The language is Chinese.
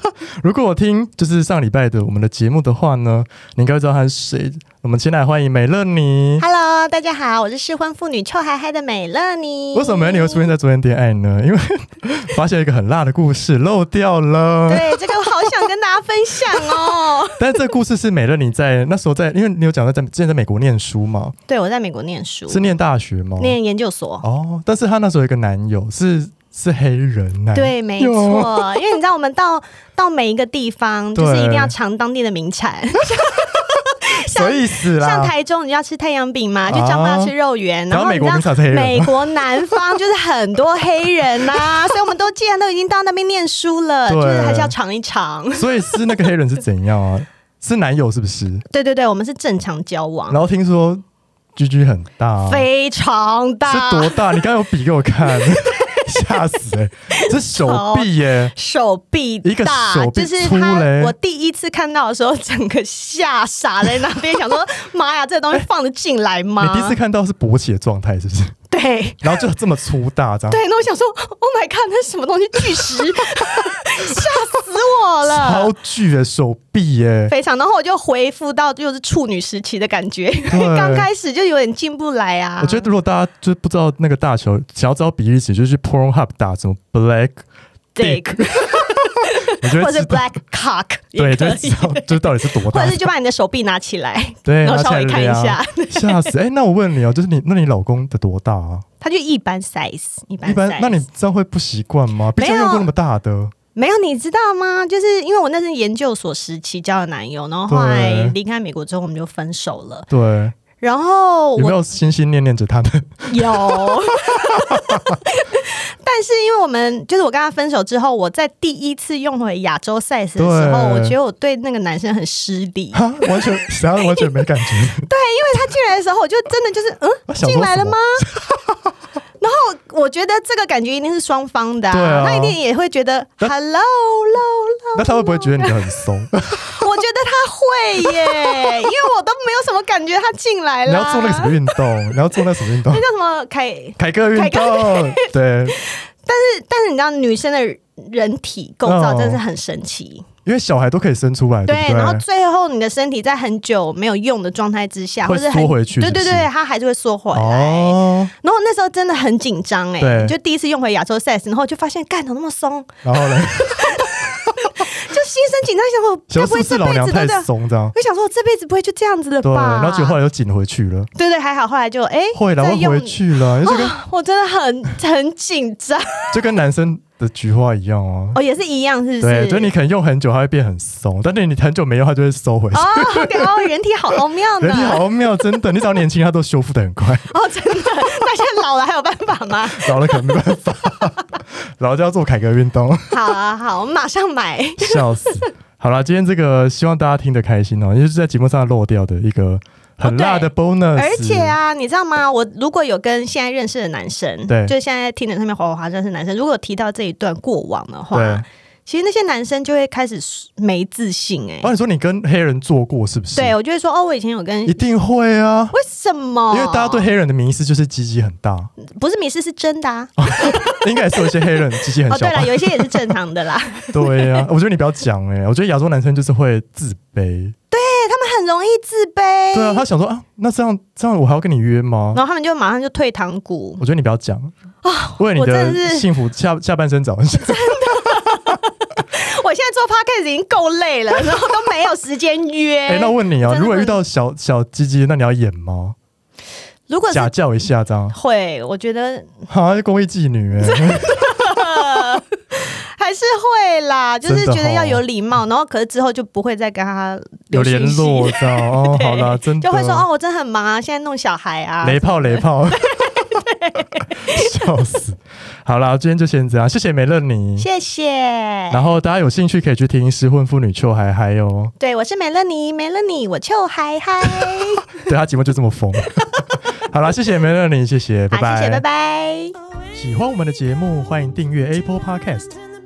如果我听就是上礼拜的我们的节目的话呢，你应该会知道他是谁。我们先来欢迎美乐妮。 Hello，大家好，我是适婚妇女臭嗨嗨的美乐妮。为什么美乐妮会出现在周间恋爱 呢？因为发现一个很辣的故事漏掉了。对，这个我好想跟大家分享 哦。但是这个故事是美乐妮在那时候在，因为你有讲到在之前在美国念书嘛，对，我在美国念书，是念大学吗？念研究所。哦，但是她那时候有一个男友是是黑人男友，对，没错，因为你知道，我们到到每一个地方，就是对一定要尝当地的名产。什么意思像啦？台中，你就要吃太阳饼嘛，去彰化吃肉圆，啊然后后美你知国道名产是黑人吗美国南方就是很多黑 人呐、所以我们都既然都已经到那边念书了，对就是还是要尝一尝。所以是那个黑人是怎样 啊？是男友是不是？对对对，我们是正常交往然，后听说居居很大、啊，非常大，是多大？你刚刚有比给我 看，吓死哎、欸！这手臂耶、手臂一个大，手臂就是粗嘞他，我第一次看到的时候，整个吓傻在那边， 想说妈呀，这个东西放得进来吗？你第一次看到是勃起的状态 是不是？对。然后就这么粗大这样，对，那我想说，Oh my god，那是什么东西？巨石， 吓死我了超！巨的手臂耶、非常，然后我就恢复到就是处女时期的感觉，因为刚开始就有点进不来啊。我觉得如果大家就是不知道那个大小，想要知道比例尺，就去 Pornhub 打什么 Black， dick 你就 或会知者是道， black cock 也对，就可会知以，道就是到底是多或大者。是就把你的手臂拿起来，对，然后拿起稍来微看一量下，吓死！哎、那我问你哦，就是你，那你老公的多大啊？它就一般 size，一般一 size。般，那你这样会不习惯吗？毕竟没有用过那么大的，没有，你知道吗？就是因为我那是研究所时期交的男友，然后后来对离开美国之后我们就分手了。对，然后有没我有心心念念着他们？有 但是因为我们就是我跟他分手之后，我在第一次用回亚洲 size 的时候，对我觉得我对那个男生很失 礼。 哈，完全，然后完全没感 觉。他进来的时候，我就真的就是我嗯，想说进来了什么吗？ 然后我觉得这个感觉一定是双方的、对啊他一定也会觉得 hello hello hello。那他会不会觉得你很怂？ 我觉得他会耶，因为我都没有什么感觉他进来你了。要做那个什么运动？你要做那什么 运动那？叫什么凯？凯歌运凯动，对，但是你知道女生的人体构造真的是很神奇，因为小孩都可以生出来，不对。然哦后对？最后你的身体在很久没有用的状态之下，会或者很缩回去对对是不对，是它还是会缩回来。哦，然后那时候真的很紧张哎，对你就第一次用回亚洲 size，然后就发现干怎么那么松，然后呢？哎 就心生紧张，想说我想该说是不不会是这老辈娘子太都这样？怂这样？我想说我这辈子不会就这样子了对，吧？然后结果后来又紧回去了，对对还好，后来就哎，会啦，再会用回去了，就 跟我真的很很紧 张，就跟男生的菊花一样哦。哦，也是一样，是不是？对，就你可能用很久，它会变很松，但是你很久没用，它就会收回去哦。，OK，哦，人体好 奥妙呢人，体好妙，真的，你只要年轻，它都修复的很快。 哦，真的，那现在老了还有办法吗？ 老了可能没办法，老了就要做凯歌运动，好啊，好，我们马上买。 笑死。好啦，今天这个希望大家听得开心哦，因为是在节目上漏掉的一个很辣的 bonus，、哦而且，啊，你知道吗？我如果有跟现在认识的男生，对就是现在听着上面滑滑滑认识的男生，如果有提到这一段过往的话，对，其实那些男生就会开始没自信、哎、哦，你说你跟黑人做过是不是？对，我哦就会说，哦，我以前有跟，一为定会啊，什么？因为大家对黑人的迷思就是鸡鸡很大，不是迷失是真的啊。应该也是有一些黑人鸡鸡很 哦，小对吧了，？有一些也是正常的 啦。对呀、啊，我觉得你不要讲哎、我觉得亚洲男生就是会自卑，很容易自卑。对啊，他想说啊，那这样这样我还要跟你约吗？然后他们就马上就退堂鼓。我觉得你不要讲啊，为了你哦我真的的是幸福下下半身着想。我现在做 podcast 已经够累 了，然后都没有时间约。哎、那我问你啊，真的如果不遇到小小鸡鸡，那你要演吗？如果是假叫一下这样， 会，我觉得好像公益妓 女哎、还是会啦，就是真的觉得哦要有礼貌，然后可是之后就不会再跟他 有留联讯息络，这样哦。 对好啦，真的哦 就会说哦，我真的很忙啊，现在弄小孩啊。雷炮雷炮， 笑死！好啦，今天就先这样，谢谢梅乐你。谢谢。然后大家有兴趣可以去听《失婚妇女秋嗨嗨》哦，对，我是美乐妮，美乐妮，我就嗨嗨。对他节目就这么 疯。好啦，谢谢梅乐你，谢谢，拜好，拜，谢谢，拜。拜。喜欢我们的节目，欢迎订阅 Apple Podcast，